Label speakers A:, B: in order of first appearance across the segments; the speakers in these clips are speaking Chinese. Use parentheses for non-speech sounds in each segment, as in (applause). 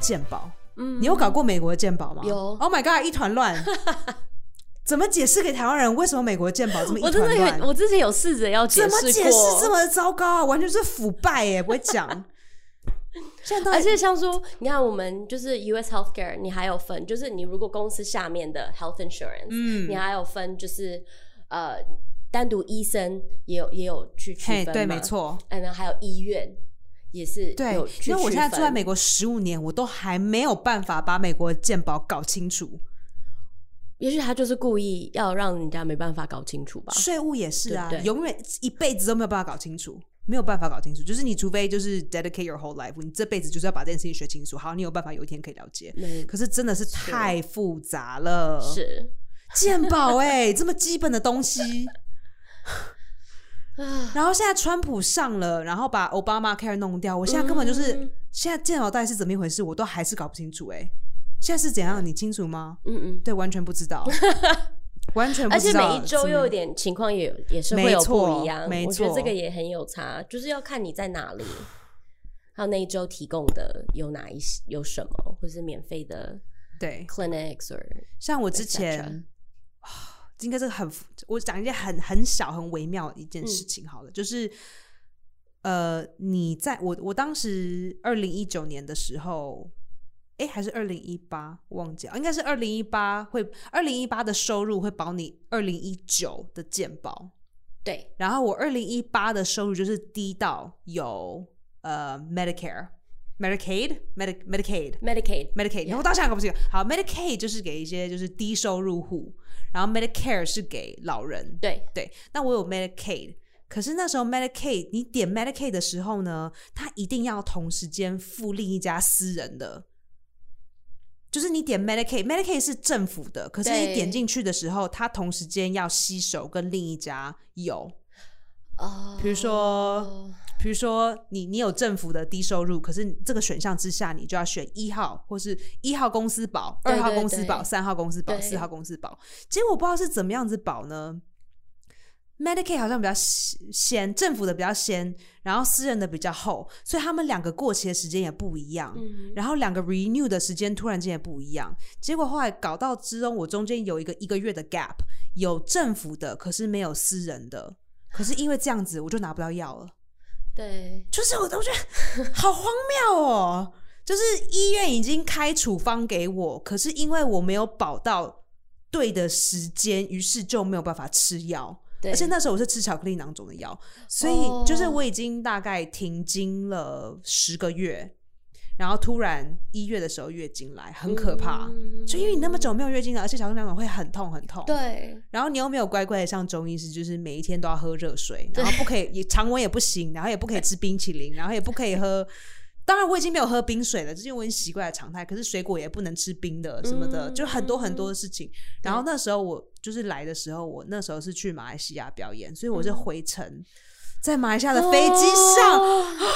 A: 鉴宝，
B: 嗯
A: 你有搞过美国的鉴宝吗？
B: 有
A: ，Oh my god，一团
B: (laughs)
A: 乱。怎么解释给台湾人为什么美国的鉴宝这么
B: 我
A: 一
B: 真
A: 团
B: 的
A: 乱？
B: 有，我之前有试着要解
A: 怎
B: 释
A: 么
B: 过，
A: 解释这么的糟糕啊？完全是腐败耶、不会讲。现在到
B: 而
A: 底
B: 且像说，你看我们就是 U.S. healthcare，你还有分，就是你如果公司下面的 health insurance，、
A: 嗯
B: 你还有分，就是呃，单独医生也有也有去区
A: 嘿，
B: 分，
A: 对，没。错，
B: 嗯，然后还有医院也是
A: 对
B: 有，去
A: 因为我
B: 区
A: 现在住在
B: 分
A: 美国十五年，我都还没有办法把美国的鉴宝搞清楚。
B: 也许他就是故意要让人家没办法搞清楚吧。
A: 税务也是啊，
B: 对不对
A: 永远一辈子都没有办法搞清楚，没有办法搞清楚。就是你除非就是 dedicate your whole life，你这辈子就是要把这件事情学清楚。好，你有办法有一天可以了解。
B: 没
A: 可是真的是太复杂了，
B: 嗯是
A: 鉴宝哎， (laughs) 这么基本的东
B: (laughs)
A: 西。
B: 啊，
A: 然后现在川普上了，然后把 Obama Care 弄掉，我现在根本就是、
B: 嗯
A: 现在鉴宝到底是怎么一回事，我都还是搞不清楚哎、现在是怎样？你清楚吗？
B: 嗯嗯。
A: 对，完全不知
B: (laughs)
A: 道，完全不
B: 而且
A: 知道。嗯
B: 每一周又有点情况也有，也是会有不一样。
A: 没错没
B: 我觉得
A: 错
B: 这个也很有差，就是要看你在哪里，还有那一周提供的有哪一些有什么，或是免费的
A: 对，
B: clinics or
A: 像我之
B: etc
A: 前， (sighs) 啊应该是很复，我讲一件很很小很微妙的一件事情好了，就是呃，你在我我当时二零一九年的时候。哎，还是二零一八，忘记了，应该是二零一八会，二零一八的收入会保你二零一九的健保，
B: 对，
A: 然后我二零一八的收入就是低到有呃 Medicare、Medicaid、Medi Medicaid、
B: Medicaid
A: Medicaid，然后到现在搞不清楚。好，Medicaid 就是给一些就是低收入户，然后 Medicare 是给老人。
B: 对
A: 对，那我有 Medicaid，可是那时候 Medicaid 你点 Medicaid 的时候呢，它一定要同时间付另一家私人的。就是你点 Medicaid，Medicaid 是政府的，可是你
B: 对
A: 点进去的时候，它同时间要吸手跟另一家有，
B: 哦，
A: 比如说，比如说你你有政府的低收入，可是这个选项之下，你就要选一号或是一号公司保、
B: 对
A: 二号
B: 对
A: 公司保、
B: 对
A: 三号公司保、
B: 对
A: 四号公司保。结果不知道是怎么样子保呢？Medicaid 好像比较先，政府的比较先，然后私人的比较后，所以他们两个过期的时间也不一样。
B: 嗯，
A: 然后两个 renew 的时间突然间也不一样，结果后来搞到之中，我中间有一个一个月的 gap，有政府的，可是没有私人的，可是因为这样子，我就拿不到药了。
B: 对，
A: 就是我都觉得 (laughs) 好荒谬哦。就是医院已经开处方给我，可是因为我没有保到对的时间，于是就没有办法吃药。
B: 对
A: 而且那时候我是吃巧克力囊肿的药，所
B: 哦
A: 以就是我已经大概停经了十个月，然后突然一月的时候月经来，很可怕。
B: 嗯
A: 就因为你那么久没有月经了，而且巧克力囊肿会很痛很痛。
B: 对
A: 然后你又没有乖乖的像中医师，就是每一天都要喝热水，然后不可以也常温也不行，然后也不可以吃冰淇淋，然后也不可以喝。当然我已经没有喝冰水了，这是因为我已经习惯了常态。可是水果也不能吃冰的什么的，
B: 嗯
A: 就很多很多的事情。然后那时候我就是来的时候，我那时候是去马来西亚表演，所以我是回程，在马来西亚的飞机上，
B: 嗯哦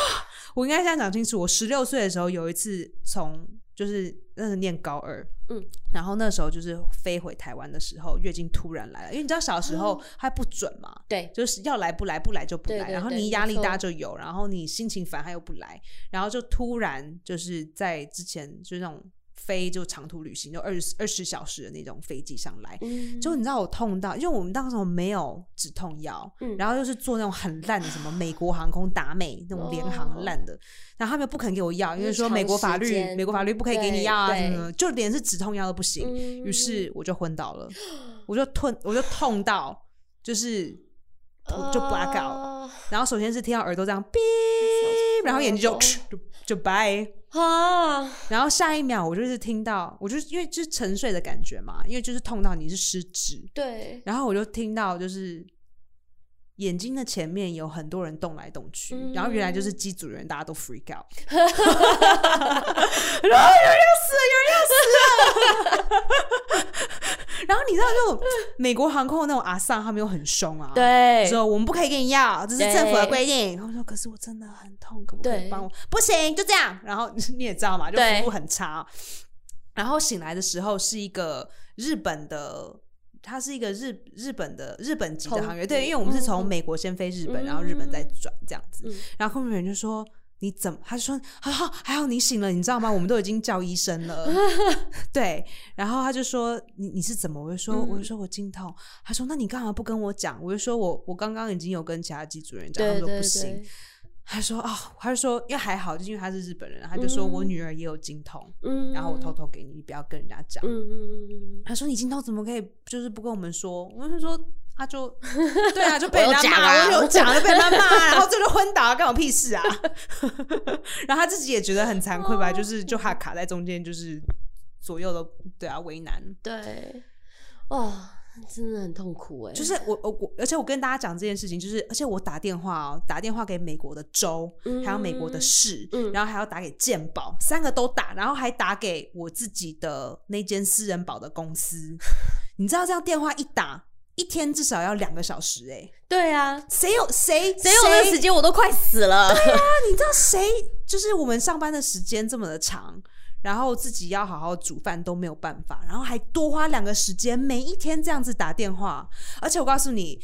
A: 我应该这样讲清楚，我十六岁的时候有一次从就是那是念高二，
B: 嗯，
A: 然后那时候就是飞回台湾的时候，月经突然来了，因为你知道小时候它不准嘛，
B: 对
A: 就是要来不来，不来就不来，
B: 哦对对
A: 然后
B: 对
A: 你
B: 没
A: 压力
B: 错
A: 大就有，然后你心情烦它又不来，然后就突然就是在之前就是那种飞就长途旅行，就二十二十小时的那种飞机上来，
B: 嗯
A: 就你知道我痛到，因为我们当时没有止痛药，
B: 嗯
A: 然后又是坐那种很烂的什么美国航空、达美那种联航
B: 哦
A: 烂的，然后他们又不肯给我药，因为
B: 就是
A: 说
B: 长
A: 美国法
B: 时
A: 律
B: 间
A: 美国法律不可以给你药啊
B: 对
A: 什
B: 对
A: 么什么，就连是止痛药都不行，
B: 嗯
A: 于是我就昏倒
B: (gasps)
A: 了，我就吞我就痛到就是我就 black
B: (laughs)
A: out，、
B: 哦
A: 然后首先是听到耳朵这样哔，然后眼睛就就就掰。
B: 啊，
A: 然后下一秒，我就是听到，我就是因为就是沉睡的感觉嘛，因为就是痛到你是失职，
B: 对，
A: 然后我就听到就是眼睛的前面有很多人动来动去，
B: 嗯
A: 然后原来就是机组人，大家都 freak
B: (laughs)
A: out，然后有人哦要死了，有人要死了。 (laughs) 然后你知道，就美国航空的那种阿萨，他们又很凶啊，，
B: 对
A: 说我们不可以跟你要，这是
B: 对
A: 政府的规定。然后我说，可是我真的很痛，可不可以
B: 对
A: 帮我？不行，就这样。然后 (laughs) 你也知道嘛，就
B: 对
A: 服务很差。然后醒来的时候是一个日本的，它是一个日日本的日本籍的
B: 空
A: 航员，对，因为我们是从美国先飞日本，
B: 嗯
A: 然后日本再转这样子
B: 嗯。
A: 然后空服员就说：“你怎么？他就说啊，还好你醒了，你知道吗？我们都已经叫医生 (laughs) 了。对，然后他就说你你是怎么？我就说、
B: 嗯
A: 我就说我经痛。他说那你干嘛不跟我讲？我就说我我刚刚已经有跟其他机组人讲，他
B: 对
A: 们说
B: 对
A: 不行。
B: 对，
A: 他说啊、他就说因为还好，就因为他是日本人，他就说
B: 嗯
A: 我女儿也有经痛，
B: 嗯，
A: 然后我偷，偷给你，你不要跟人家讲。
B: 嗯嗯嗯嗯，
A: 他说你经痛怎么可以就是不跟我们说？我就说。他
B: (laughs)
A: 就对啊，就被
B: 我
A: 人
B: 有
A: 家
B: 讲
A: 骂，
B: 啊
A: 我有讲
B: (laughs)
A: 了，被人家骂，啊然后最后就昏倒了，干我屁事啊！ (laughs) 然后他自己也觉得很惭愧吧，
B: 哦
A: 就是就他卡在中间，就是左右都对啊为难。
B: 对，哦，真的很痛苦哎，
A: 就是我我我，而且我跟大家讲这件事情，就是而且我打电话哦，打电话给美国的州，还有美国的市，
B: 嗯
A: 然后还要打给健保，三个都打，然后还打给我自己的那间私人保的公司。你知道这样电话一打，一天至少要两个小时哎、
B: 对啊，
A: 谁有谁
B: 谁有那时
A: 间？
B: 间，我都快死了。
A: 你知道谁就是我们上班的时间这么的长？然后自己要好好煮饭都没有办法，然后还多花两个时间，每一天这样子打电话，而且我告诉你，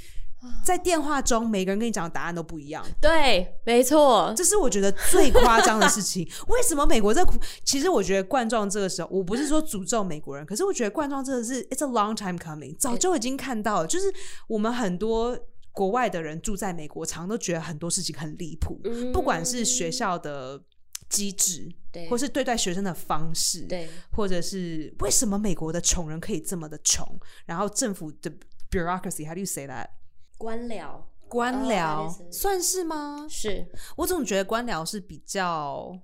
A: 在电话中每个人跟你讲的答案都不一样，
B: 对，没错，
A: 这是我觉得最夸张的事情。 (laughs) 为什么美国这？其实我觉得冠状这个时候，我不是说诅咒美国人，可是我觉得冠状真的是 it's a long time coming，早就已经看到了。就是我们很多国外的人住在美国，常都觉得很多事情很离谱，
B: 嗯
A: 不管是学校的机制，
B: 对
A: 或是对待学生的方式，
B: 对
A: 或者是为什么美国的穷人可以这么的穷，然后政府的 bureaucracy，how do you say that？
B: 官僚
A: 官
B: 哦
A: 僚、
B: that is-
A: 算是吗？
B: 是
A: 我总觉得官僚是比较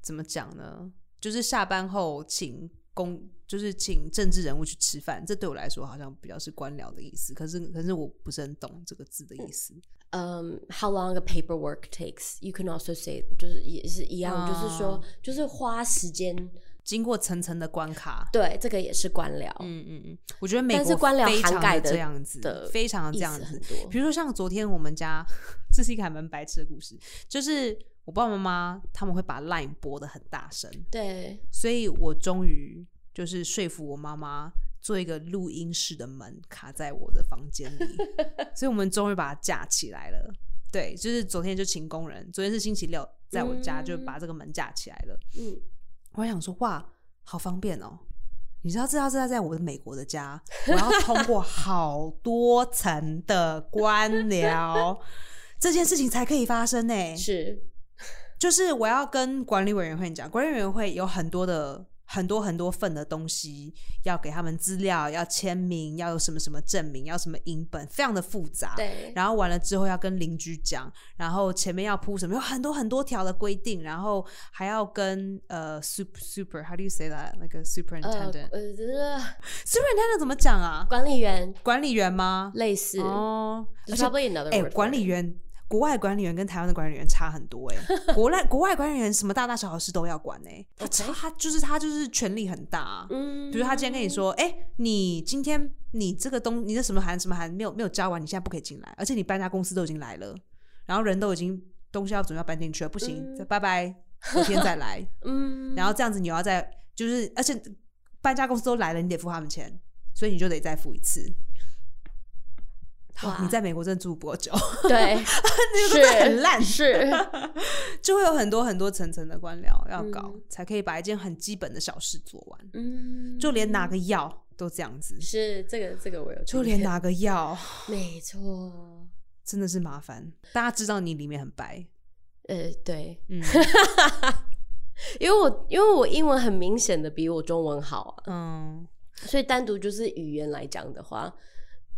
A: 怎么讲呢？就是下班后请公，就是请政治人物去吃饭，这对我来说好像比较是官僚的意思。可是，可是我不是很懂这个字的意思。
B: 嗯、h o w long a paperwork takes? You can also say，就是也是一样，
A: 啊
B: 就是说，就是花时间。
A: 经过层层的关卡，
B: 对，这个也是官僚。
A: 嗯嗯嗯，我觉得美
B: 但是
A: 国
B: 官僚
A: 非常
B: 涵盖
A: 地
B: 的
A: 这样子，
B: 的
A: 非常地这
B: 意
A: 样
B: 思
A: 子
B: 很。多
A: 比如说像昨天我们家， (laughs) 这是一个还蛮白痴的故事，就是我爸爸妈妈他们会把 Line 播的很大声，
B: 对，
A: 所以我终于就是说服我妈妈做一个录音室的门卡在我的房间
B: (laughs)
A: 里，所以我们终于把它架起来了。对，就是昨天就请工人，昨天是星期六，在我家
B: 嗯
A: 就把这个门架起来了。
B: 嗯，
A: 我还想说，哇，好方便哦！你知道，这要是在在我的美国的家，我要通
B: (laughs)
A: 过好多层的官僚，这件事情才可以发生呢、
B: 是，
A: 就是我要跟管理委员会讲，管理委员会有很多的很多很多份的东西要给他们资料，要签名，要有什么什么证明，要什么影本，非常的复杂。
B: 对，
A: 然后完了之后要跟邻居讲，然后前面要铺什么，有很多很多条的规定，然后还要跟呃 super super how do you say that 那个 superintendent、
B: 呃，就是
A: superintendent 怎么讲啊？
B: 管理员
A: 管理员吗？
B: 类似，
A: 哦，
B: 就是 probably another
A: 哎、
B: word for
A: 管
B: it
A: 理员，国外管理员跟台湾的管理员差很多哎、国外国外管理员什么大大小小事都要管
B: (laughs)
A: 哎、他
B: OK
A: 超他就是他就是权力很大、啊。
B: 嗯，
A: 比如他今天跟你说，哎、你今天你这个东你的什么函什么函没有没有交完，你现在不可以进来，而且你搬家公司都已经来了，然后人都已经东西要准备要搬进去了，不行，
B: 嗯
A: 再拜拜，隔天再
B: (laughs)
A: 来。
B: 嗯，
A: 然后这样子你又要再就是，而且搬家公司都来了，你得付他们钱，所以你就得再付一次。
B: 哇
A: 你在美国真的住不够久， (laughs)
B: 对，
A: 真的很
B: 是
A: 烂
B: 是，
A: (laughs) 就会有很多很多层层的官僚要搞，
B: 嗯
A: 才可以把一件很基本的小事做完。
B: 嗯，
A: 就连拿个药都这样子，
B: 是这个这个我有
A: 就
B: 经
A: 连
B: 验，
A: 拿个药
B: 没错，
A: 真的是麻烦。大家知道你里面很白，
B: 呃，对，
A: (laughs) 嗯
B: 因为我因为我英文很明显的比我中文好啊，
A: 嗯，
B: 所以单独就是语言来讲的话，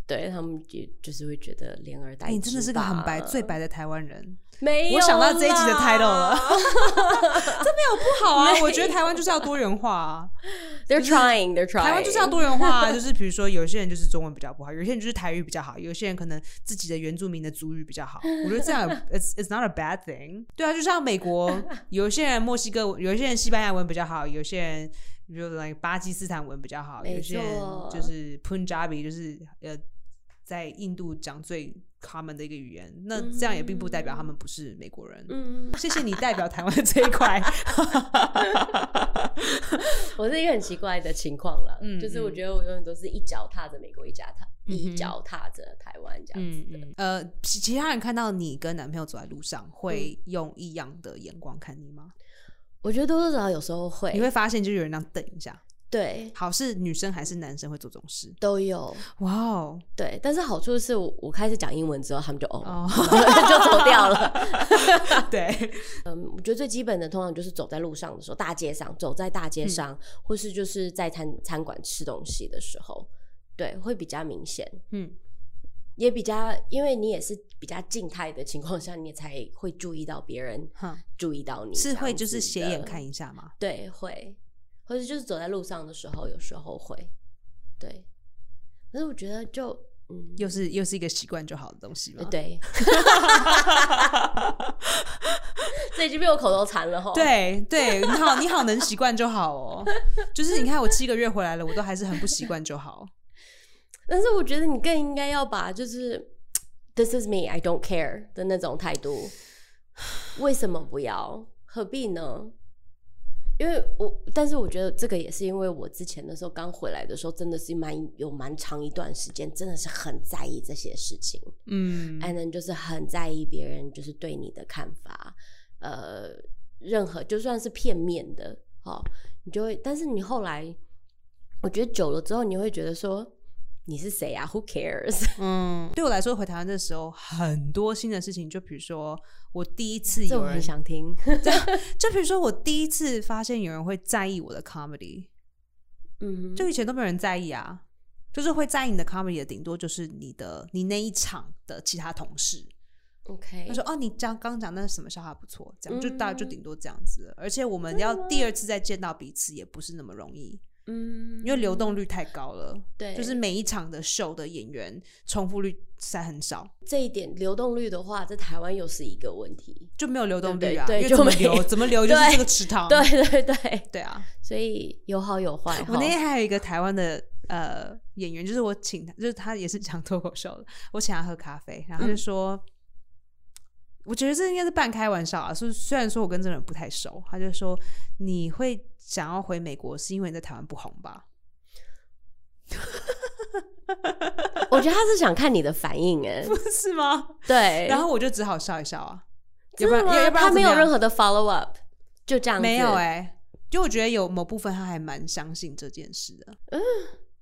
B: 对他们也就是会觉得连而带、
A: 哎、你真的是个很白、最，白的台湾人。
B: 没有，
A: 我想到这一集的 title 了， (laughs) 不好啊，
B: 没
A: 我觉得台湾就是要多元化啊。
B: (laughs)
A: (laughs)
B: They're trying, they're trying。
A: 台湾就是要多元化、啊，就是比如说有些人就是中文比较不好，有些人就是台语比较好，有些人可能自己的原住民的族语比较好。我觉得这
B: (laughs)
A: 样 it's it's not a bad thing。对啊，就像美国有些人墨西哥，有些人西班牙文比较好，有些人比如 like 巴基斯坦文比较好，
B: 没
A: 有些人
B: 错
A: 就是 Punjabi 就是呃在印度讲最 common 的一个语言，那这样也并不代表他们不是美国人。
B: 嗯，
A: 谢谢你代表台湾这一块，
B: (laughs) 我是一个很奇怪的情况啦，
A: 嗯
B: 就是我觉得我永远都是一脚踏着美国，一脚踏、
A: 嗯哼
B: 一脚踏着台湾这样子的。
A: 嗯，呃，其其他人看到你跟男朋友走在路上，会用异样的眼光看你吗？
B: 我觉得多多少少有时候会，
A: 你会发现，就有人让等一下，
B: 对
A: 好是女生还是男生会做这种事？
B: 都有
A: 哇哦，
B: 对，但是好处是我我开始讲英文之后，他们就哦。
A: 哦，(laughs)
B: (laughs) 就走掉了。 (laughs)
A: 对，
B: 嗯，我觉得最基本的通常就是走在路上的时候，大街上走在大街上，
A: 嗯
B: 或是就是在餐餐馆吃东西的时候，对，会比较明显。
A: 嗯
B: 也比较，因为你也是比较静态的情况下，你才会注意到别人
A: (laughs) 哼，
B: 注意到你，
A: 是
B: 这
A: 会
B: 样
A: 就是
B: 子
A: 斜
B: 的
A: 眼看一下吗？
B: 对，会，或者就是走在路上的时候，有时候会，对。可是我觉得就嗯，
A: 又是又是一个习惯就好的东西吗？
B: 对， (laughs) 这已经被我口头禅了吼。，
A: 对对，你好，你好，能习惯就好哦。就是你看，我七个月回来了，我都还是很不习惯就 (laughs) 好。
B: 但是我觉得你更应该要把就是 “This is me, I don't care” 的那种态度，为什么不要？何必呢？因为我，但是我觉得这个也是因为我之前的时候刚回来的时候，真的是蛮有蛮长一段时间，真的是很在意这些事情。
A: 嗯
B: and then 就是很在意别人就是对你的看法，呃，任何就算是片面的，哦，你就会，但是你后来，我觉得久了之后，你会觉得说你是谁啊
A: (laughs)
B: ？Who cares？
A: 嗯，对我来说，回台湾的时候，很多新的事情，就比如说我第一次
B: 这
A: 有
B: 我
A: 人
B: 很，想听。
A: 就比如说我第一次发现有人会在意我的 comedy，
B: 嗯，
A: 就以前都没有人在意啊，就是会在意你的 comedy 的，顶多就是你的你那一场的其他同事。
B: OK，
A: 他说：“哦，你讲刚讲那什么笑话不错，这样就大家就
B: 嗯
A: 顶多这样子了。而且我们要第二次再见到彼此也不是那么容易，
B: 嗯，
A: 因为流动率太高了。
B: 对，
A: 就是每一场的秀的演员重复率实在很少，
B: 这一点流动率的话，在台湾又是一个问题。
A: 就没有流动
B: 对
A: 率啊，因
B: 对
A: 为怎么
B: 就没有
A: 流怎么流就是
B: 对
A: 这个池塘。
B: 对 (laughs) 对对，
A: 对啊，
B: 所以有好有坏。
A: 哦我那天还有一个台湾的呃演员，就是我请他，就是他也是讲脱口秀的，我请他喝咖啡，然后
B: 嗯
A: 他就说，我觉得这应该是半开玩笑啊，是虽然说我跟这个人不太熟，他就说你会想要回美国是因为你在台湾不红吧？ (laughs)
B: 我觉得他是想看你的反应，哎，
A: (laughs) 不是吗？
B: 对。
A: 然后我就只好笑一笑啊，要
B: 真
A: 不
B: 的
A: 然
B: 吗
A: 要要不然
B: 他没有任
A: 何
B: 何的 follow up，就这样子
A: 没有哎、就我觉得有某部分他还蛮相信这件事的，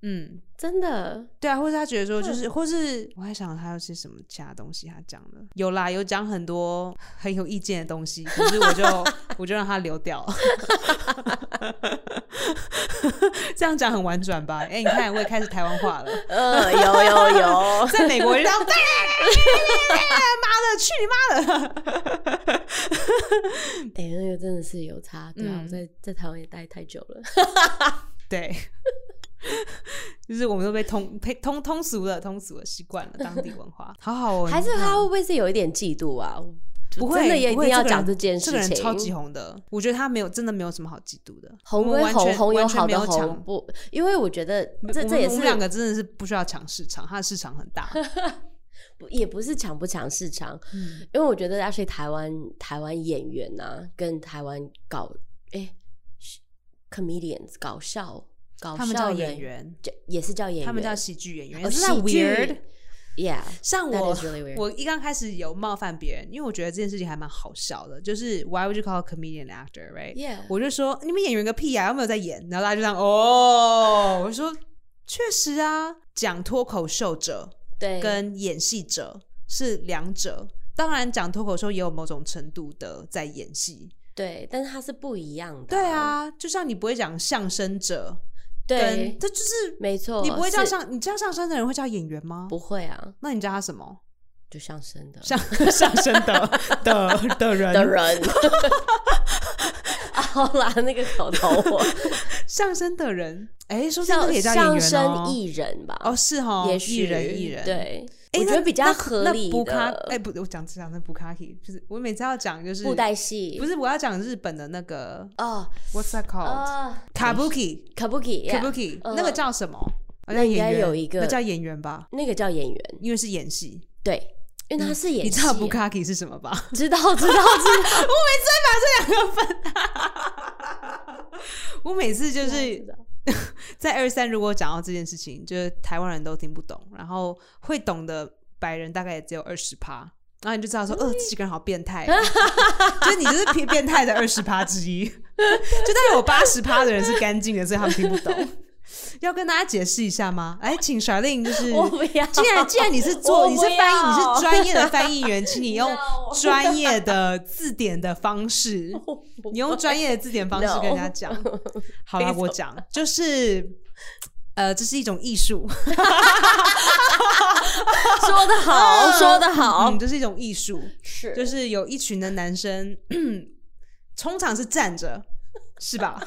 A: 嗯。
B: 真的
A: 对啊，或是他觉得说，
B: 嗯
A: 就是，或是我还想他有些什么其他东西他讲的，有啦，有讲很多很有意见的东西，可是我
B: (laughs)
A: 就我就让他流掉， (laughs) 这样讲很婉转吧？哎、你看我也开始台湾话了，，
B: 呃，有有有
A: 在美国人样，对，妈的，去你妈的！
B: (laughs) 哎、那个真的是有差，对啊，
A: 嗯
B: 我在在台湾也待太久了，
A: 对，就是我们都被通被通通俗了，通俗了，习惯了当地文化，好好哦，
B: 还是
A: 你看
B: 他会不会是有一点嫉妒啊？就
A: 不会，
B: 真的也一
A: 不会
B: 定要
A: 个人
B: 讲这件事
A: 这个人
B: 情。
A: 超级红的，我觉得他没有真的没有什么好嫉妒的。
B: 红
A: 我们
B: 归
A: 完
B: 红，
A: 全
B: 红有
A: 完全
B: 好
A: 没
B: 的
A: 有
B: 红
A: 抢，
B: 不，因为我觉得
A: 我
B: 这
A: 们
B: 这也
A: 我
B: 是
A: 们两个真的是不需要抢市场，他的市场很大。
B: 不也不是抢不抢市场，
A: 嗯
B: 因为我觉得而且台湾台湾演员呐、跟台湾搞哎、是 comedians 搞笑搞
A: 他们
B: 笑
A: 叫
B: 人
A: 演员，
B: 就也是叫演员，
A: 他们叫喜剧演员，
B: 哦
A: 是在
B: 喜剧
A: weird。
B: Yeah，
A: 像
B: That
A: 我
B: is really weird
A: 我一刚开始有冒犯别人，因为我觉得这件事情还蛮好笑的，就是 Why would you call a comedian an actor, right？、
B: Yeah
A: 我就说你们演员个屁呀、啊，有没有在演？然后大家就这样哦，我说确实啊，讲脱口秀者
B: 对，
A: 跟演戏者是两者。当然，讲脱口秀也有某种程度的在演戏。
B: 对，但是它是不一样的。
A: 对，啊，就像你不会讲相声者，
B: 对
A: 啊跟，这就是
B: 没错，
A: 你不会叫
B: 是
A: 相，你叫相声的人会叫演员吗？
B: 不会啊，
A: 那你叫他什么？
B: 就相声的 (laughs)
A: 相相声的的的人
B: 的人。 (laughs) 啊好啦，那个口头我
A: 相声的人。哎，说相
B: 像
A: 声也叫演
B: 相
A: 员哦
B: 声。艺人吧，
A: 哦，是哈，
B: 也
A: 艺
B: 许
A: 人艺人。
B: 对，
A: 哎，
B: 我觉
A: 那
B: 得比较
A: 那
B: 合
A: 那
B: 理
A: 布卡
B: 的
A: 哎，不，我讲讲那布卡奇，就是我每次要讲就是
B: 布袋戏
A: 不是我要讲日本的那个
B: 哦
A: What's that called？
B: 啊
A: Kabuki
B: ，Kabuki，yeah
A: Kabuki
B: 嗯
A: 那个叫什么？好
B: 那
A: 像
B: 应
A: 演
B: 该
A: 员
B: 有一个
A: 那叫演员吧，
B: 那个叫演员，
A: 因为是演戏。
B: 对，因为他是
A: 嗯
B: 演
A: 你知道
B: 戏啊
A: Bukaki 是什么吧？ (laughs)
B: 知道知道知道，
A: 我每次就 (laughs)
B: 知
A: 是
B: 道
A: 在二三，如果讲到这件事情，就是台湾人都听不懂，然后会懂的白人大概也只有二十趴。然后你就知道说，
B: 嗯
A: 呃，这几个人好变态哦、就是你就是变变态的二十趴之一，就 (laughs) 大概有八十趴的人是干净的，所以他们听不
B: (laughs)
A: 懂。要跟大家解释一下吗？来，请 s h a r l e n 就是
B: 我不要，
A: 既然
B: (laughs)
A: 既然你是做
B: 我
A: 你是
B: 不
A: 翻译，你
B: 要
A: 是专业的翻译员，请你
B: (laughs)
A: 用
B: No
A: 专业的字典的方
B: (laughs)
A: 式，
B: 不
A: 你用专业的字典方式跟人家
B: No (laughs)
A: 讲。好啦，
B: please
A: 我讲就是。呃，这是一种艺术， (laughs)
B: 说的好，说的好
A: 嗯，，这是一种艺术，
B: 是
A: 就是有一群的男生， (clears throat) 通常是站着，是吧？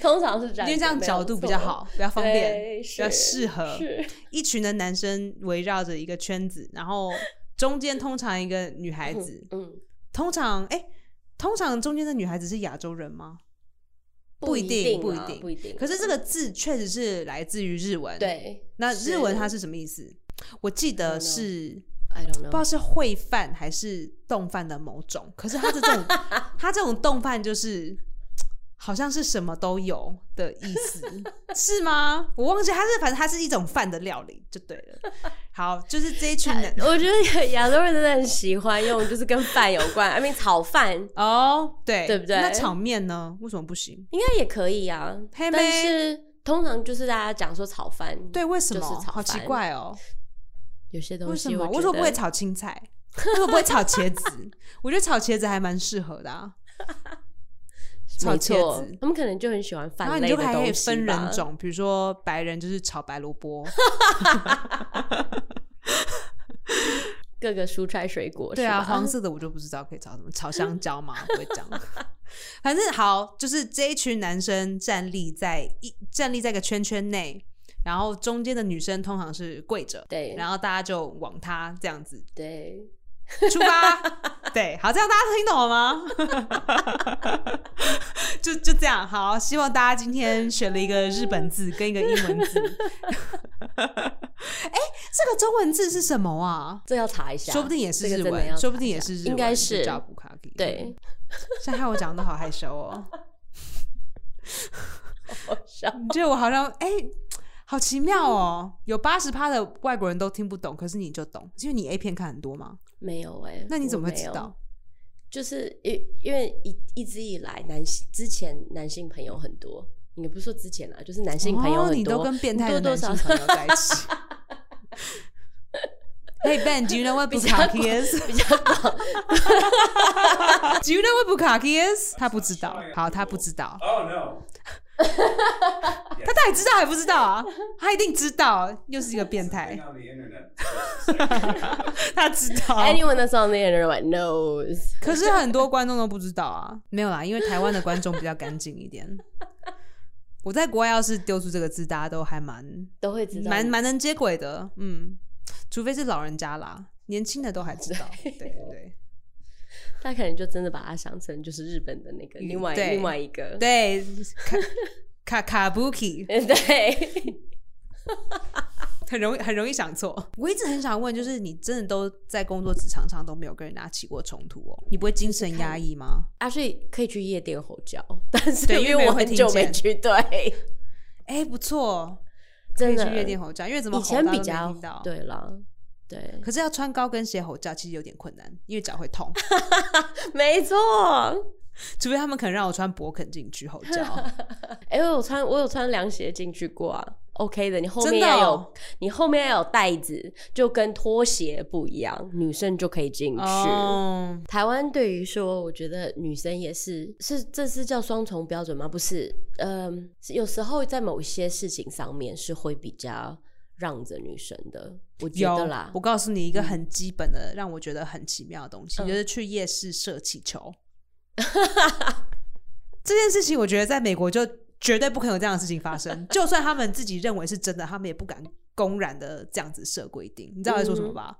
B: 通常是这
A: 因
B: 样，
A: 为这样
B: 没有
A: 角度比较
B: 错
A: 好，，比较方便
B: 对，
A: 比较
B: 是
A: 适合。
B: 是
A: 一群的男生围绕着一个圈子，然后中间通常一个女孩子，
B: 嗯，
A: 通常哎、通常中间的女孩子是亚洲人吗？不一
B: 一
A: 定
B: 不
A: 不一定
B: 不一定。
A: 可是这个字确实是来自于日文。，
B: 对，
A: 那日文它
B: 是
A: 是什么意思？我记得
B: don't know
A: 是
B: I don't
A: 不知道
B: know，
A: 是会饭还是动饭的某种，可是它的这
B: (laughs)
A: 种它这种动饭就是。好像是什么都有的意思，是吗？我忘记，它是反正它是一种饭的料理就对了。好，就是这一群
B: (laughs)
A: 男
B: 我觉得亚洲人真的很喜欢用，就是跟饭有关，I (laughs) mean 炒饭
A: 哦，对
B: 对不对
A: 那炒面呢？为什么不行？
B: 应该也可以啊，
A: 嘿
B: 但
A: 妹
B: 是通常就是大家讲说炒饭，
A: 对，，为什么？
B: 就是炒
A: 好奇
B: 饭
A: 怪哦，
B: 有些东
A: 为什
B: 西
A: 么？
B: 我
A: 为
B: 觉
A: 什么不会
B: 得
A: 炒青菜？为什么不会炒茄子？ (laughs) 我觉得炒茄子还蛮适合的 (laughs) 啊，炒
B: 没
A: 茄
B: 错
A: 子，。
B: 他们可能就很喜欢
A: 然后
B: 饭
A: 你
B: 类
A: 就
B: 的
A: 还可以
B: 东西
A: 分人
B: 吧
A: 种，比如说白人就是炒白萝 (laughs) 卜，
B: 各个蔬菜水果，
A: 对啊，
B: 是吧
A: 黄 (laughs) 色的我就不知道可以炒什么，炒香蕉嘛，不会讲。 (laughs) 反正好，就是这一群男生站立在一站立在一个圈圈内，然后中间的女生通常是跪着，
B: 对
A: 然后大家就往他这样子
B: 对，
A: 出发。 (laughs) 对，好，这样大家听懂了吗？ (laughs) 就就这样，好，希望大家今天学了一个日本字跟一个英文字。 (laughs) 哎、这个中文字是什么啊？
B: 这要查一下，
A: 说不定也是
B: 这个
A: 日
B: 真的
A: 文，
B: 要
A: 说不
B: 查
A: 定
B: 一
A: 也
B: 下
A: 是日文，
B: 应该
A: 就是叫布卡吉。
B: 对，，
A: 现在害我讲的好害羞
B: (laughs)
A: 哦。
B: 好笑
A: 你觉得我好像哎、好奇妙哦，有八十趴的外国人都听不懂，可是你就懂，因为你 A 片看很多吗？
B: (laughs) 没有哎，
A: 那你怎么
B: 我
A: 会
B: 没
A: 知
B: 有
A: 道？？
B: 就是因因为一一直以来男性之前男性朋友很多，你也不是说之前啦，就是男性朋友
A: 哦，
B: 很
A: 你
B: 多，
A: 都跟变态的
B: 多多
A: 男性
B: 少
A: 朋友在一
B: (laughs)
A: 起。Hey Ben, do you know what
B: 比较
A: bukkake is?
B: 比较广
A: (laughs) Do you know what bukkake is? 他不知道，好，他不知道，
C: Oh no.
A: 他到底知道还不知道啊？他一定知道，又是一个变
C: Thing
A: 态，
C: on the internet.
A: 他知道。
B: (laughs) anyone that's on the internet knows。
A: 可是很多观众都不知道啊，没有啦，因为台湾的观众比较干净一点。我在国外要是丢出这个字，大家都还蛮
B: 都会知道，
A: 蛮蛮能接轨的，嗯，除非是老人家啦，年轻的都还知道，对对对。
B: 他可能就真的把它想成就是日本的那个另外
A: 对
B: 另外一个，
A: 对，卡卡卡布奇
B: (laughs) 对，
A: 很容易很容易想错。我一直很想问，就是你真的都在工作职场上都没有跟人家起过冲突哦？你不会精神压抑吗？
B: 啊，所以可以去夜店吼叫，但是
A: 对因为没
B: 我
A: 人会
B: 很
A: 听
B: 久没
A: 见
B: 去，对，
A: 哎、不错，可
B: 真
A: 以
B: 的
A: 去夜店吼叫，因为怎么
B: 以
A: 吼
B: 前
A: 大
B: 比
A: 家都没听
B: 较
A: 到。，
B: 对啦，
A: (laughs)
B: 对，
A: 可是要穿高跟鞋吼叫其实有点困难，因为脚会痛， (laughs)
B: 没错。
A: 除非他们肯让我穿勃肯进去吼
B: (laughs)
A: 叫。
B: 哎、我有穿我有穿凉鞋进去过啊，OK 的。你后
A: 真
B: 面
A: 的
B: 要有、
A: 哦
B: 你后面要有带子，就跟拖鞋不一样，女生就可以进去。
A: 哦，
B: 台湾对于说，我觉得女生也是是这是叫双重标准吗？不是，嗯、是有时候在某一些事情上面是会比较让着女生的，我觉得
A: 有
B: 啦
A: 我。告诉你一个很基本的，让我觉得很奇妙的东西，
B: 嗯
A: 就是去夜市射气球。 (laughs) 这件事情，我觉得在美国就绝对不可能有这样的事情发
B: (laughs)
A: 生。就算他们自己认为是真的，他们也不敢公然的这样子设规定。你知道我在说什么吧？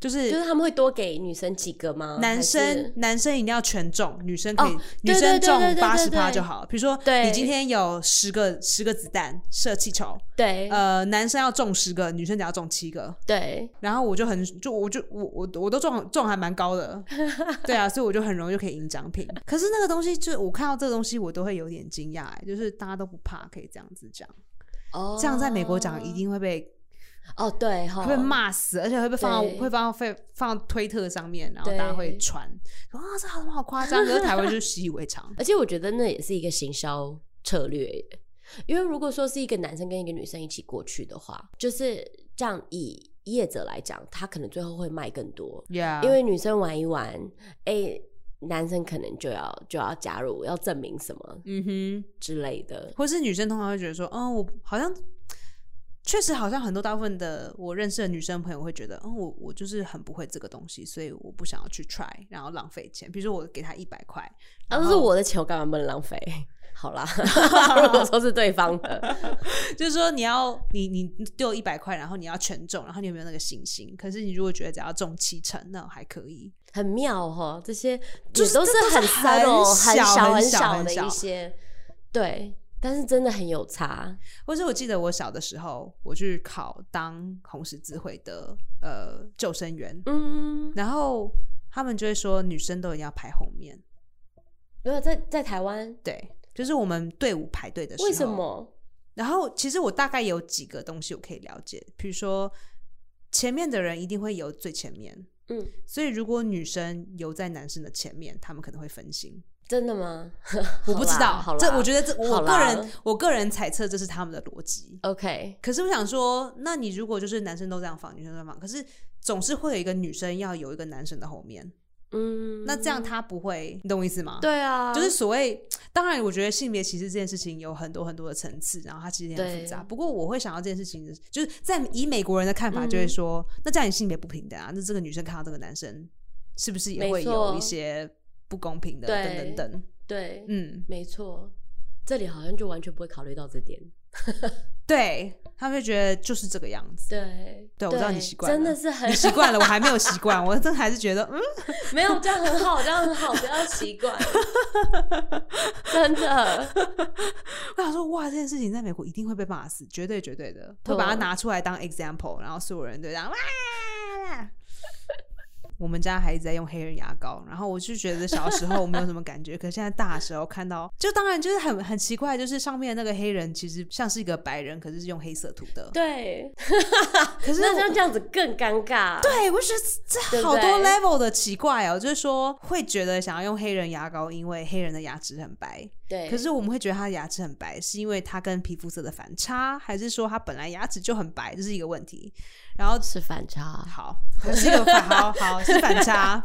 A: 就是
B: 嗯就是他们会多给女生几个吗？
A: 男
B: 还
A: 生
B: 是
A: 男生一定要全中，女生可以、
B: 哦
A: 女
B: 对对
A: 生
B: 对
A: 中
B: 对对
A: 八十
B: 对
A: 趴
B: 对
A: 就好。比如说，
B: 对
A: 你今天有十个十个子弹射气球，
B: 对、
A: 呃，男生要中十个，女生只要中七个。
B: 对，
A: 然后我就很就我就我我我都中中还蛮高
B: (laughs)
A: 的，对啊，所以我就很容易就可以赢奖品。可是那个东西，就我看到这个东西，我都会有点惊讶、欸，就是大家都不怕可以这样子讲，
B: 哦，
A: 这样在美国讲一定会被
B: 哦对哈，
A: 会被骂死，而且会被放到
B: 对
A: 会放到会放到推特上面，然后大
B: 对，
A: 家会传说啊，这好什么好夸张？可是台湾就是习以为常
B: (laughs) 而且我觉得那也是一个行销策略耶，因为如果说是一个男生跟一个女生一起过去的话，就是这样以业者来讲，他可能最后会卖更多，
A: yeah，
B: 因为女生玩一玩，哎、男生可能就要就要加入，要证明什么
A: 嗯
B: 之类的
A: 哼，，或是女生通常会觉得说，嗯，我好像。确实，好像很多大部分的我认识的女生朋友会觉得，嗯，我我就是很不会这个东西，所以我不想要去 try，然后浪费钱。比如说我给她一百块，
B: 啊，这是我的钱，我干嘛不能浪费？ (laughs)
A: (laughs)
B: 好啦，如果说是对方的，
A: 就是说你要你你丢一百块，然后你要全中，然后你有没有那个信心？可是你如果觉得只要中七成，那还可以。
B: 很妙哈，这些
A: 就
B: 也
A: 是这
B: 都是
A: 都是
B: 很
A: 很
B: subtle
A: 小
B: 小
A: 很
B: 很
A: 小很
B: 的
A: 小
B: 一些，对，但是真的很有差。
A: 或是我记得我小的时候，我去考当红十字会的呃救生员，
B: 嗯，
A: 然后他们就会说女生都一定要排后面，
B: 没有在在台湾，
A: 对，就是我们队伍排队的时候。
B: 为什？么？
A: 然后其实我大概有几个东西我可以了解，比如说前面的人一定会游最前面，
B: 嗯，
A: 所以如果女生游在男生的前面，他们可能会分心。
B: 真的 (laughs) 吗？
A: 我不知道，
B: 好啦
A: 这我觉得这我
B: 好
A: 个
B: 啦
A: 人我个人猜测这是他们的逻辑。
B: OK，
A: 可是我想说，那你如果就是男生都这样放，女生都这样放，可是总是会有一个女生要有一个男生的后面，
B: 嗯，
A: 那这样他不会，你懂我意思吗？，
B: 对啊，
A: 就是所谓，当然我觉得性别歧视这件事情有很多很多的层次，然后它其实也很复杂。
B: 对
A: 不过我会想到这件事情，就是在以美国人的看法
B: 嗯
A: 就会说，那这样你性别不平等啊，那这个女生看到这个男生，是不是也
B: 没
A: 会有
B: 错
A: 一些不公平的等等
B: 对
A: 等？
B: 对，
A: 嗯，
B: 没错，这里好像就完全不会考虑到这点。
A: 对他们就觉得就是这个样子。
B: 对，
A: 对我知道你习惯了
B: 真的是很 (laughs)
A: 习惯了，我还没有习惯，我真的还是觉得，嗯，
B: 没有这样很好，这样很好，不要习 (laughs) 惯，真的。
A: 我想说，哇，这件事情在美国一定会被骂死，绝对绝对的，会
B: 对
A: 把它拿出来当 example，然后所有人都这样哇。
B: (laughs)
A: 我们家还一直在用黑人牙膏，然后我就觉得小时候我没有什么感觉，可是现在大时候看到，就当然就是很很奇怪，就是上面的那个黑人其实像是一个白人，可是是用黑色涂的。
B: 对，
A: 可是
B: 那
A: 我
B: 像这样子更尴尬。
A: 对，我就觉得这
B: 对
A: 这
B: 不
A: 好多
B: 对
A: level 的奇怪哦，就是说会觉得想要用黑人牙膏，因为黑人的牙齿很白。
B: 对，
A: 可是我们会觉得他的牙齿很白，是因为他跟皮肤色的反差，还是说他本来牙齿就很白？这是一个问题。然后
B: 是反差。
A: 好，是一个
B: (laughs)
A: 反，好好是反差。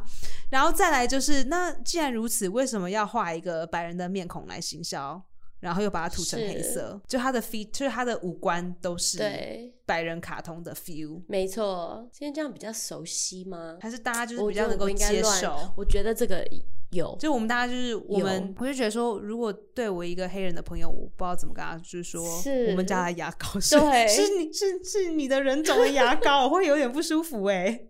A: 然后再来就是，那既然如此，为什么要画一个白人的面孔来行销？然后又把它涂成黑
B: 是
A: 色，就他的 feel，就是他的五官都是
B: 对，
A: 白人卡通的 feel，
B: 没错。现在这样比较熟悉吗？
A: 还是大家就是
B: 我
A: 比
B: 觉
A: 较
B: 得
A: 能
B: 我
A: 够
B: 不应该
A: 接
B: 乱
A: 受？
B: 我觉得这个有，
A: 就我们大家就是我们
B: 有，
A: 我就觉得说，如果对我一个黑人的朋友，我不知道怎么跟他，就是说，
B: 是
A: 我们家的牙膏是
B: 对
A: 是你是是你的人种的
B: (laughs)
A: 牙膏，我会有点不舒服哎、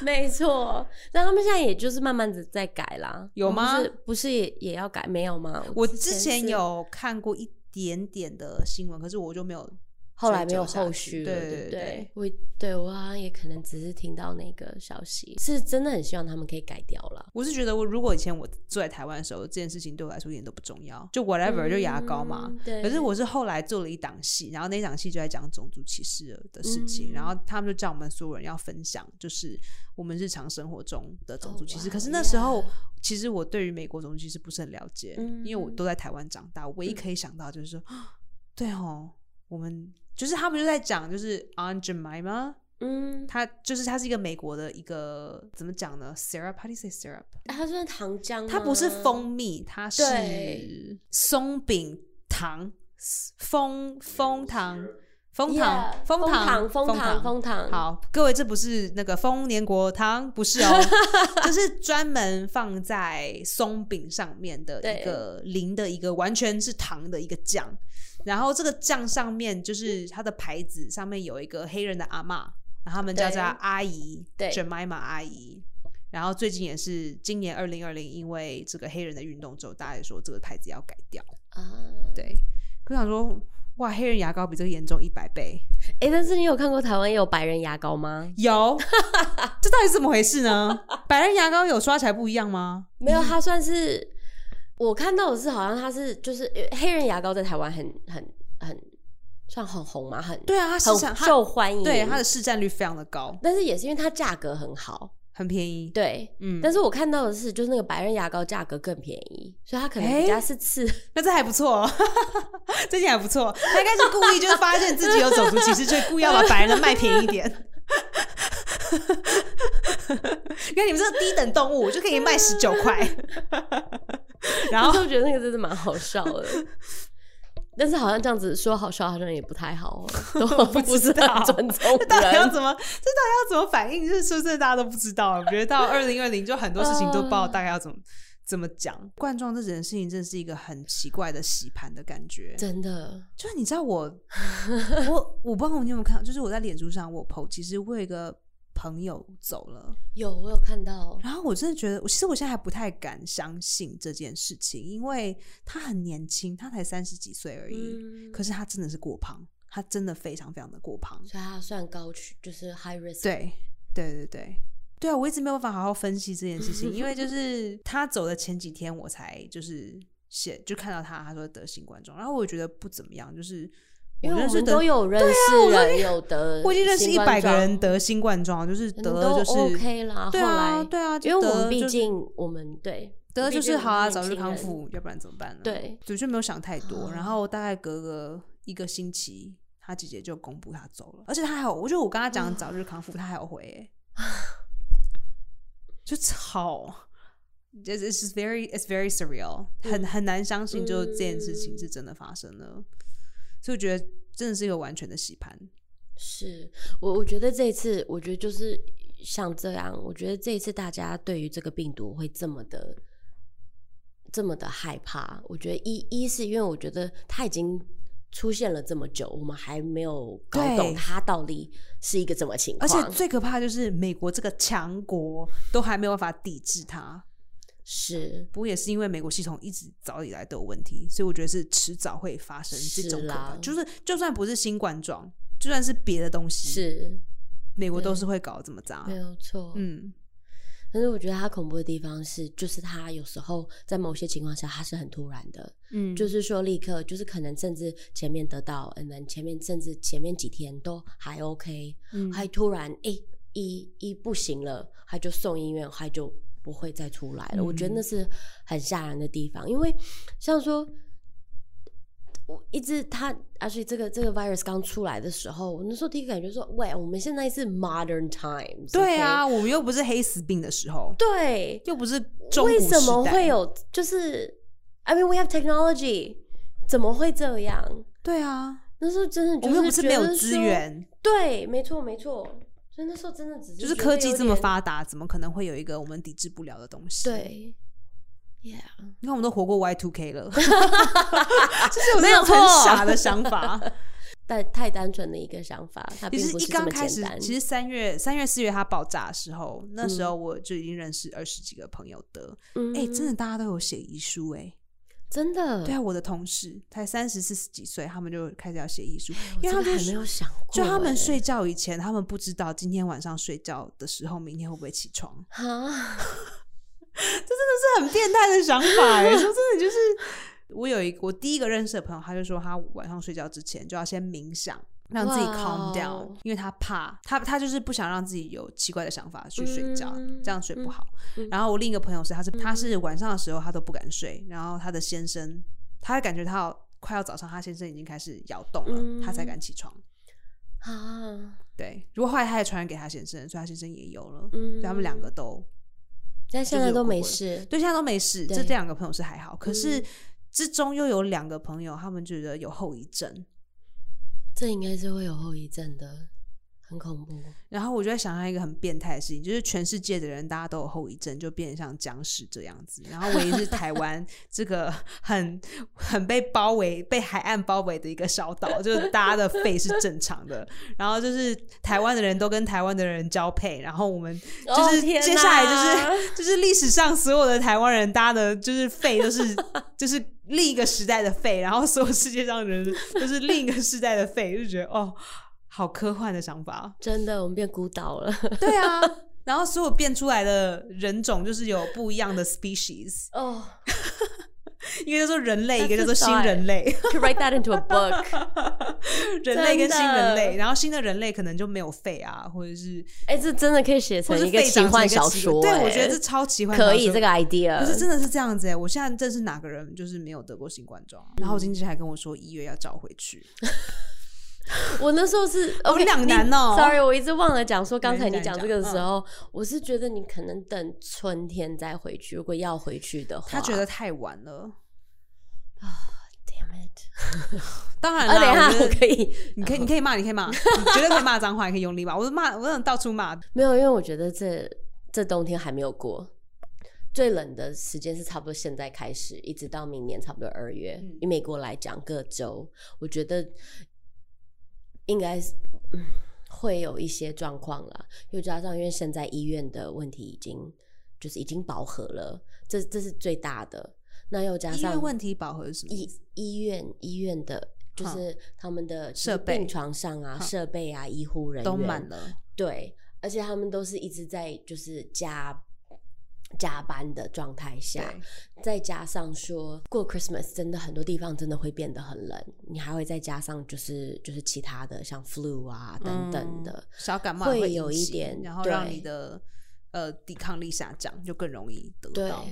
B: 没错。但他们现在也就是慢慢的在改啦，
A: 有
B: 我们
A: 吗
B: 不是不是也也要改？没有吗？
A: (laughs) 我之前
B: 是，
A: 有看过一点点的新闻，可是我就没有
B: 后来没有
A: 追究下
B: 后
A: 去
B: 续了，
A: 对
B: 对
A: 对
B: 不
A: 对
B: 对？我对我好像也可能只是听到那个消息，是真的很希望他们可以改掉啦。
A: 我是觉得我如果以前我住在台湾的时候，这件事情对我来说一点都不重要，就 whatever、就牙膏嘛。
B: 嗯对。
A: 可是我是后来做了一档戏，然后那一档戏就在讲种族歧视的事情，
B: 嗯
A: 然后他们就叫我们所有人要分享，就是我们日常生活中的种族歧视。
B: 哦哇
A: 可是那时候
B: yeah
A: 其实我对于美国种族歧视不是很了解，
B: 嗯
A: 因为我都在台湾长大，我唯一可以想到就是说， (gasps) 对哦，我们就是他们就在讲就是 Aunt Jemima，
B: 嗯，
A: 她就是她是一个美国的一个怎么讲呢？Syrup，how do you say syrup？
B: 啊它算糖浆吗，
A: 它不是蜂蜜，嗯它是
B: 对
A: 松饼糖，蜂蜂糖，蜂
B: Yeah，
A: 糖，
B: 蜂
A: 糖，
B: 蜂
A: 蜂
B: 糖，蜂糖。，
A: 好，各位，这不是那个丰年国糖，不
B: (laughs)
A: 是哦，这是专门放在松饼上面的一
B: 对
A: 个淋的一个完全是糖的一个
B: 嗯
A: 酱，然后这个酱上面就是它的牌子上面有一个黑人的阿嬷，然后他们叫她阿姨，
B: 对
A: j e m i m a 阿姨。然后最近也是今年二零二零，因为这个黑人的运动之后，大家也说这个牌子要改掉。
B: 啊，
A: 对，可是想说，哇，黑人牙膏比这个严重一百倍，
B: 哎、但是你有看过台湾也有白人牙膏吗？ (laughs)
A: 有，这到底是怎么回事呢？白人牙膏有刷起来不一样吗？
B: 没有，它算是我看到的是，好像它是就是因为黑人牙膏在台湾很很很算很红嘛，很
A: 对啊，它市场
B: 很
A: 它
B: 受欢迎，
A: 对它的市占率非常的高，
B: 但是也是因为它价格很好，
A: 很便宜。
B: 对。
A: 嗯，
B: 但是我看到的是，就是那个白人牙膏价格更便宜，所以它可能比较是次、
A: 那这还不错、
B: (laughs)
A: 哦，这件还不错。他应该是故意就是发现自己有种族歧视，所以故意要把白人的卖便宜一点。
B: (laughs)
A: 你看你们这个低等动物，我就可以卖十九
B: (laughs)
A: 块。然
B: 可
A: 后
B: (laughs) 是我觉得那个真的蛮好
A: (laughs)
B: 笑的。但是好像这样子说好笑，好像也不太好哦，
A: (laughs)
B: 都不是很尊重
A: 这 (laughs) 到底要
B: 人。
A: 怎么？这到底要怎么反应？就是说，这大家都不知道。我觉得到二零二零，就很多事情都不知
B: 嗯
A: 道大概要怎么怎么讲。冠状这件事情真是一个很奇怪的洗盘的感觉。
B: 真的，
A: 就是你知道我，我我不知道你有没有看到，就是我在脸书上我 PO，其实我有一个朋友走了，
B: 有我有看到，
A: 然后我真的觉得，我其实我现在还不太敢相信这件事情，因为他很年轻，他才三十几岁而已，
B: 嗯，
A: 可是他真的是过胖，他真的非常非常的过胖，
B: 所以它算高区，就是 high risk。，
A: 对对对对。对啊，我一直没有办法好好分析这件事情，因为
B: (laughs)
A: 就是他走的前几天，我才就是写就看到他，他说得新冠状，然后我觉得不怎么样，就是
B: 因为
A: 认
B: 我
A: 识啊
B: 们
A: 得
B: 都有认识人，有的
A: 我已经认识一百个人得新冠状，就是得了就是
B: 嗯都 OK 啦。
A: 对
B: 后
A: 啊
B: 来，
A: 对啊，
B: 因为我
A: 得
B: 们
A: 就
B: 毕
A: 是
B: 竟我们对
A: 得了就是好啊，早日
B: 就
A: 康复，要不然怎么办呢？
B: 对，
A: 对，就没有想太多。
B: 啊
A: 然后大概隔个一个星期，他姐姐就公布他走了，而且他还有，我觉得我跟他讲早日康复，他还有回、
B: (laughs)
A: 欸，就超。It's it's very it's very surreal，很
B: 嗯
A: 很难相信，就这件事情是真的发生了，所以我觉得真的是一个完全的洗盘。
B: 是我，我觉得这一次，我觉得就是像这样，我觉得这一次大家对于这个病毒会这么的。这么的害怕，我觉得一一是因为我觉得它已经出现了这么久，我们还没有搞
A: 对
B: 懂它到底是一个怎么情
A: 而且
B: 况。
A: 最可怕的就是美国这个强国都还没有办法抵制它。
B: 是
A: 不过也是因为美国系统一直早以来都有问题，所以我觉得是迟早会发生这种
B: 是
A: 可
B: 啦
A: 怕。就是就算不是新冠状，就算是别的东西，
B: 是，
A: 美国
B: 对
A: 都是会搞这么渣
B: 没。有错。
A: 嗯，
B: 但是我觉得它恐怖的地方是，就是它有时候在某些情况下它是很突然的，
A: 嗯
B: 就是说立刻，就是可能甚至前面得到，and then 前面甚至前面几天都还 OK，、
A: 嗯
B: 还突然诶一一不行了，他就送医院，他就不会再出来了。我觉得
A: 嗯
B: 那是很吓人的地方，因为像说。我一直他，而且这个这个 virus 刚出来的时候，我那时候第一个感觉说，喂，我们现在是 modern times，
A: 对
B: OK？
A: 啊，我们又不是黑死病的时候，
B: 对，
A: 又不是中古
B: 为什
A: 时
B: 么
A: 代
B: 会？有？就是，I mean we have technology，怎么会这样？
A: 对啊，
B: 那时候真的就
A: 我
B: 是
A: 们又不是没
B: 觉
A: 有
B: 得
A: 资
B: 说，
A: 源，
B: 对，没错没错，所以那时候真的只是
A: 就是
B: 觉
A: 科
B: 得
A: 技
B: 有
A: 这么
B: 点，
A: 发达，怎么可能会有一个我们抵制不了的东西？，
B: 对，Yeah，
A: 你看我们都活过 Y two
B: (laughs)
A: K 了，就是有
B: 没
A: 那
B: 有
A: 种很
B: 错
A: 傻的想法。
B: 但太单纯的一个想法，它
A: 其
B: 并
A: 实
B: 不
A: 一
B: 是这
A: 刚
B: 么
A: 开
B: 简
A: 始，
B: 单。
A: 其实三月、三月、四月它爆炸的时候，那时候我就已经认识二十几个朋友的。
B: 嗯
A: 哎、真的大家都有写遗书哎、
B: 真的，
A: 对啊，我的同事才三十四十几岁，他们就开始要写遗书，
B: 我
A: 因为
B: 这
A: 他
B: 个
A: 们
B: 还没
A: 睡
B: 有想过欸，
A: 就他们睡觉以前，他们不知道今天晚上睡觉的时候，明天会不会起床，
B: 哈，
A: 这很变态的想法
B: (laughs)
A: 哎、说真的，就是我有一个我第一个认识的朋友，他就说他晚上睡觉之前就要先冥想。让自己
B: 哇
A: calm
B: 哦
A: down，因为他怕他他就是不想让自己有奇怪的想法去睡觉，
B: 嗯
A: 这样睡不
B: 嗯
A: 好。
B: 嗯
A: 然后我另一个朋友是，他是他是晚上的时候他都不敢睡，然后他的先生，他感觉他要快要早上，他先生已经开始摇动了，
B: 嗯
A: 他才敢起床。
B: 啊，
A: 对，如果后来他也传染给他先生，所以他先生也有了，所
B: 嗯
A: 以他们两个都
B: 但现
A: 是
B: 在
A: 有
B: 都
A: 过
B: 没
A: 过了
B: 事，
A: 对，现在都没事。这
B: 对
A: 这两个朋友是还好，可是
B: 嗯
A: 之中又有两个朋友，他们觉得有后遗症。
B: 这应该是会有后遗症的，很恐怖。
A: 然后我就在想象一个很变态的事情，就是全世界的人大家都有后遗症，就变得像僵尸这样子。然后唯一是台
B: (laughs)
A: 湾这个很很被包围、被海岸包围的一个小岛，就是大家的肺是正常的。然后就是台湾的人都跟台湾的人交配，然后我们就
B: 哦
A: 是
B: 天
A: 接下来
B: 哪 (laughs)
A: 就是就是历史上所有的台湾人，大家的就是肺都是就是另一个时代的肺，然后所有世界上的人都是另一个时代的肺，就觉得哦，好科幻的想法。
B: 真的，我们变孤
A: (laughs)
B: 岛了。
A: 对啊，然后所有变出来的人种就是有不一样的 species，
B: 哦、
A: 一个叫做人类，
B: That's
A: 一个叫做新人类，
B: to write that into a book 。
A: 人类跟新人
B: 真
A: 类，
B: 的
A: 然后新的人类可能就没有肺啊，或者是
B: 哎、这真的可以写
A: 或
B: 成
A: 者是
B: 一个
A: 肺
B: 奇
A: 长成
B: 幻
A: 一个
B: 小
A: 奇
B: 说、
A: 对，
B: 哎
A: 我觉得这超奇幻小说，
B: 可以这个 idea。
A: 可是真的是这样子哎、我现在这是哪个人就是没有得过新冠状，然后我
B: 嗯
A: 经纪人还跟我说一月要找回去，
B: 我那时候是
A: 好
B: OK，
A: 两
B: 你
A: 难哦
B: Sorry，我一直忘了讲说，刚才
A: 没
B: 你
A: 事
B: 讲
A: 你
B: 这
A: 讲
B: 个的时候，我是觉得你可能等春天再回去，如果要回去的话。
A: 他觉得太晚了。
B: ，Damn it！
A: 当然
B: 啊，等一
A: 啦，我
B: 下，
A: 觉
B: 我
A: 得
B: 可以
A: 你可以，你可以骂，你可以骂，你绝对可以骂脏话，你可以用力骂，我就骂，我想到处骂。
B: 没有，因为我觉得这这冬天还没有过，最冷的时间是差不多现在开始，一直到明年差不多二月。
A: 嗯
B: 以美国来讲，各州我觉得应该是、嗯、会有一些状况啦，又加上因为现在医院的问题已经就是已经饱和了，这这是最大的。那又加
A: 医
B: 上
A: 院问题饱和是什么意
B: 医
A: 思？
B: 医院医院的，就
A: 哼
B: 是他们的
A: 设备
B: 病床上啊、
A: 哼
B: 设备啊、医护人员
A: 都满了。
B: 对，而且他们都是一直在就是加加班的状态下，再加上说过 Christmas 真的很多地方真的会变得很冷，你还会再加上就是就是其他的像 flu 啊
A: 嗯
B: 等等的，
A: 小感冒
B: 会
A: 也会
B: 有
A: 引
B: 一
A: 起
B: 点
A: 然后让
B: 对
A: 你的呃抵抗力下降，就更容易得
B: 对
A: 到。，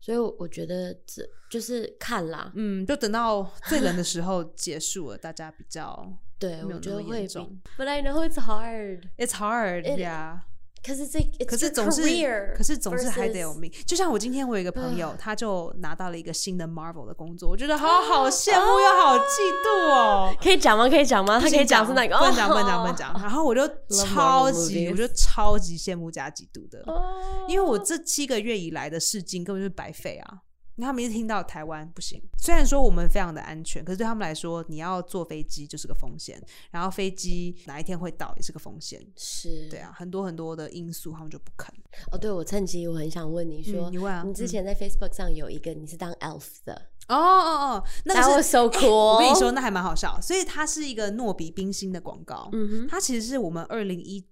B: 所以我我觉得这就是看啦，
A: 嗯，就等到最冷的时候结束了，大家比较
B: 对
A: 没有
B: 我觉
A: 那
B: 得
A: 么
B: 会
A: 严
B: 比
A: 重。
B: But I know it's hard，
A: It's hard,
B: It-
A: yeah.
B: 可是这
A: 可是总是，可是总是还得有命。就像我今天我有一个朋友，他就拿到了一个新的 Marvel 的工作，我觉得
B: 啊
A: 好好羡慕又好嫉妒哦。
B: 可以讲吗？可以讲吗？啊他
A: 不
B: 可以
A: 行
B: 讲是哪个？
A: 不能讲，不能
B: 哦
A: 讲，不能。讲。然后我就
B: Marvel
A: 超级，
B: movies
A: 我就超级羡慕加嫉妒的。
B: (laughs) 哦
A: 因为我这七个月以来的试镜根本就是白费啊。然后他们一听到台湾不行，虽然说我们非常的安全，可是对他们来说，你要坐飞机就是个风险，然后飞机哪一天会到也是个风险，
B: 是
A: 对啊，很多很多的因素他们就不肯。
B: 哦，对，我趁机我很想问你说，
A: 嗯你问啊
B: 你之前在 Facebook 上有一个你是当 elf 的，
A: 哦哦哦，那
B: 然后
A: 个
B: was
A: 是
B: so cool，
A: (laughs) 我跟你，说，那还蛮好笑。所以它是一个诺比冰心的广告，
B: 嗯哼，
A: 它其实是我们二零一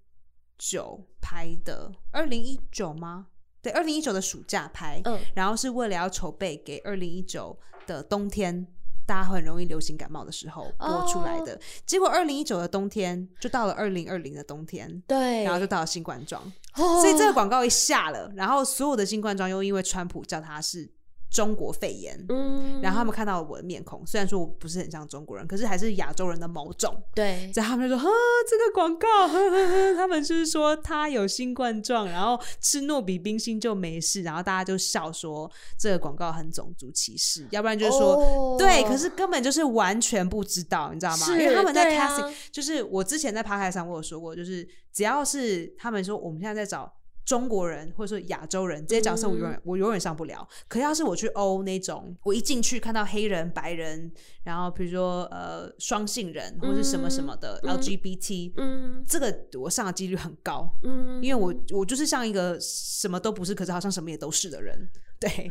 A: 九拍的，二零一九吗？对，二零一九的暑假拍，
B: 嗯
A: 然后是为了要筹备给二零一九的冬天，大家很容易流行感冒的时候播出来
B: 哦
A: 的。结果二零一九的冬天就到了二零二零的冬天，
B: 对，
A: 然后就到了新冠状，
B: 哦，
A: 所以这个广告一下了，然后所有的新冠状又因为川普叫它是中国肺炎。
B: 嗯，
A: 然后他们看到我的面孔，虽然说我不是很像中国人，可是还是亚洲人的某种。
B: 对，
A: 然后他们就说：“啊，这个广告，呵呵呵他们就是说他有新冠状，然后吃诺比冰心就没事。”然后大家就笑说这个广告很种族歧视，要不然就是说、
B: 哦
A: 对，可是根本就是完全不知道，你知道吗？
B: 是
A: 因为他们在
B: 对啊
A: casting，、就是我之前在 p o 上我有说过，就是只要是他们说我们现在在找。中国人或者说亚洲人这些角色，我永
B: 嗯
A: 远、我永远上不了。可要是我去欧那种，我一进去看到黑人、白人，然后比如说呃双性人或是什么什么的、
B: 嗯
A: LGBT，、
B: 嗯
A: 这个我上的几率很高，
B: 嗯，
A: 因为我我就是像一个什么都不是，可是好像什么也都是的人，对。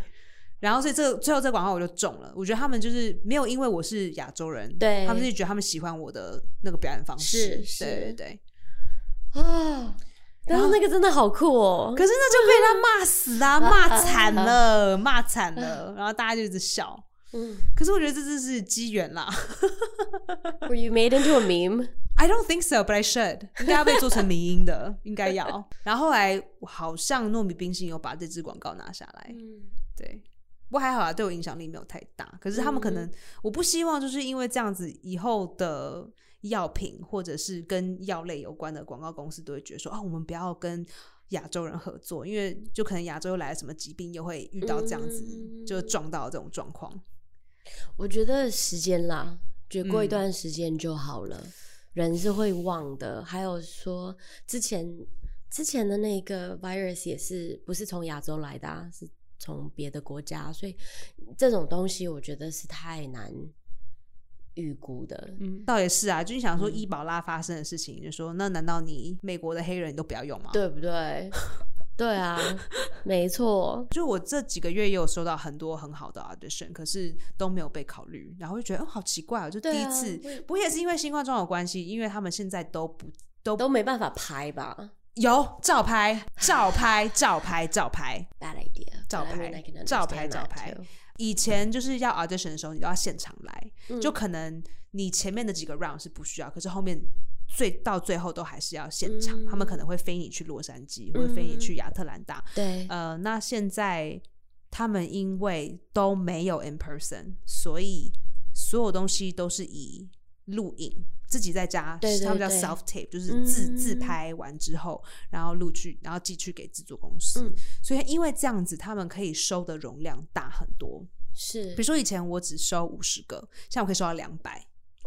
A: 然后所以这个最后这个广告我就中了，我觉得他们就是没有因为我是亚洲人，
B: 对
A: 他们是觉得他们喜欢我的那个表演方式，
B: 是是
A: 对对对。
B: 啊，但是那个真的好酷哦，
A: 可是那就被他骂死
B: (laughs)
A: 啦、骂惨了，骂惨了，然后大家就一直笑。
B: 嗯
A: 可是我觉得这只是机缘啦
B: ，Were you made into a meme？
A: (laughs) ，I don't think so, but I should，应该要被做成迷音的， (laughs) 应该要。然后后来好像糯米冰心有把这支广告拿下来，
B: 嗯，
A: 对，不过还好啊，对我影响力没有太大。可是他们可
B: 嗯
A: 能，我不希望就是因为这样子，以后的药品或者是跟药类有关的广告公司都会觉得说，啊，我们不要跟亚洲人合作，因为就可能亚洲来了什么疾病，又会遇到这样子，
B: 嗯
A: 就撞到这种状况。嗯
B: 我觉得时间啦，觉得过一段时间就好了。人是会忘的。还有说之前之前的那个 virus 也是不是从亚洲来的、啊，是从别的国家，所以这种东西我觉得是太难预估的。
A: 嗯，倒也是啊，就是想说
B: 嗯
A: 伊宝拉发生的事情，就说那难道你美国的黑人你都不要用吗？
B: 对不
A: (laughs)
B: 对？对啊，没错，
A: 就我这几个月也有收到很多很好的 audition，可是都没有被考虑，然后就觉得哦，好奇怪哦，就第
B: 对
A: 一
B: 啊
A: 次
B: 我也，
A: 不过也是因为新冠状有关系，因为他们现在都不都
B: 都没办法拍吧
A: 有照拍，照拍，照拍，照拍。
B: ？Bad idea.
A: 照
B: But I
A: 拍
B: mean, I can
A: 照拍
B: understand
A: 照
B: that
A: 拍
B: too.
A: 以前就是要 audition 的时候，你都要现场来，
B: 嗯
A: 就可能你前面的几个 round 是不需要，可是后面最到最后都还是要现场，
B: 嗯
A: 他们可能会飞你去洛杉矶，或者飞你去亚特兰大。
B: 对，
A: 呃，那现在他们因为都没有 in person，所以所有东西都是以录影。自己在家，
B: 对对
A: 他们叫
B: 对
A: self tape，就是自、
B: 嗯
A: 自拍完之后，然后录去，然后寄去给制作公司。
B: 嗯
A: 所以因为这样子，他们可以收的容量大很多。
B: 是
A: 比如说以前我只收五十个，现在我可以收到两百，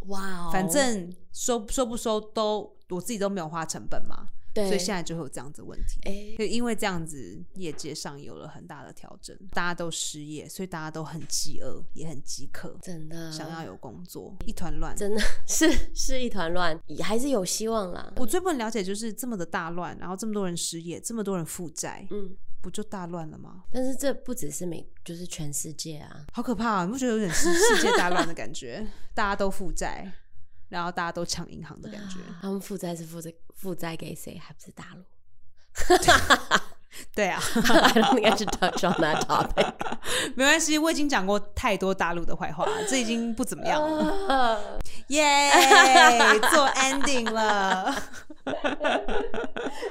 B: 哇哦，
A: 反正收收不收都我自己都没有花成本嘛，
B: 对，
A: 所以现在就会有这样子的问题。
B: 哎，
A: 就因为这样子，业界上有了很大的调整，大家都失业，所以大家都很饥饿，也很饥渴，
B: 真的
A: 想要有工作，一团乱。
B: 真的 (laughs) 是是一团乱，也还是有希望啦。
A: 我最不能了解就是这么的大乱，然后这么多人失业，这么多人负债，
B: 嗯，
A: 不就大乱了吗？
B: 但是这不只是美，就是全世界啊。
A: 好可怕、啊！你不觉得有点世世界大乱的感觉？大家都负债，然后大家都抢银行的感觉。
B: 他们负债是负债，负债给谁？还不是大陆 (laughs)
A: 对啊， (laughs)
B: ？I don't think I should touch on that topic. (laughs)
A: 没关系，我已经讲过太多大陆的坏话了，这已经不怎么样了。
B: 啊
A: 耶、做 ending 了， (laughs)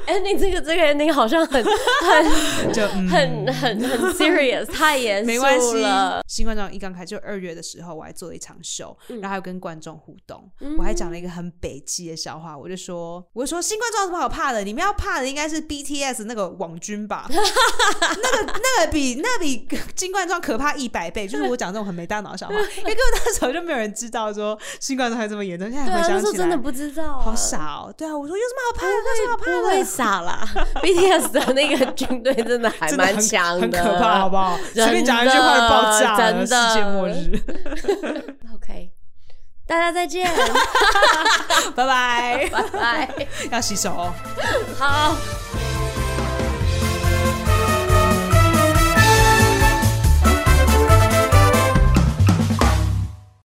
B: ending 这个这个 ending 好像很很
A: 就、嗯、
B: 很很
A: (laughs)
B: 很 serious，太严肃
A: 没关系
B: 了。。
A: 新冠状一刚开，就二月的时候，我还做了一场秀，
B: 嗯
A: 然后还有跟观众互动，我还讲了一个很北极的笑话，我就说，我就说新冠状有什么好怕的？你们要怕的应该是 BTS 那个网军
B: (laughs)
A: 吧，那个那个比那比新冠状可怕一百倍。就是我讲这种很没大脑
B: (laughs)
A: 的笑话，因为根本那时候就没有人知道说新冠状还这么严重，现在
B: 对
A: 回
B: 啊，那
A: 想
B: 时候
A: 起
B: 真的
A: 来。
B: 不知道、啊，
A: 好傻哦！对啊，我说有什么好怕的？有什么好怕
B: 不
A: 的
B: 会？傻啦
A: (laughs)
B: ，BTS 的那个军队真的还
A: 真的
B: 蛮
A: 很
B: 强
A: 很可怕，哦好不好？随便讲一句话就爆炸
B: 真
A: 了，
B: 的
A: 世界末日，
B: OK，大家
A: (laughs)
B: 再见，
A: 拜拜。 (laughs)
B: 拜拜。
A: 要洗手哦。
B: 好。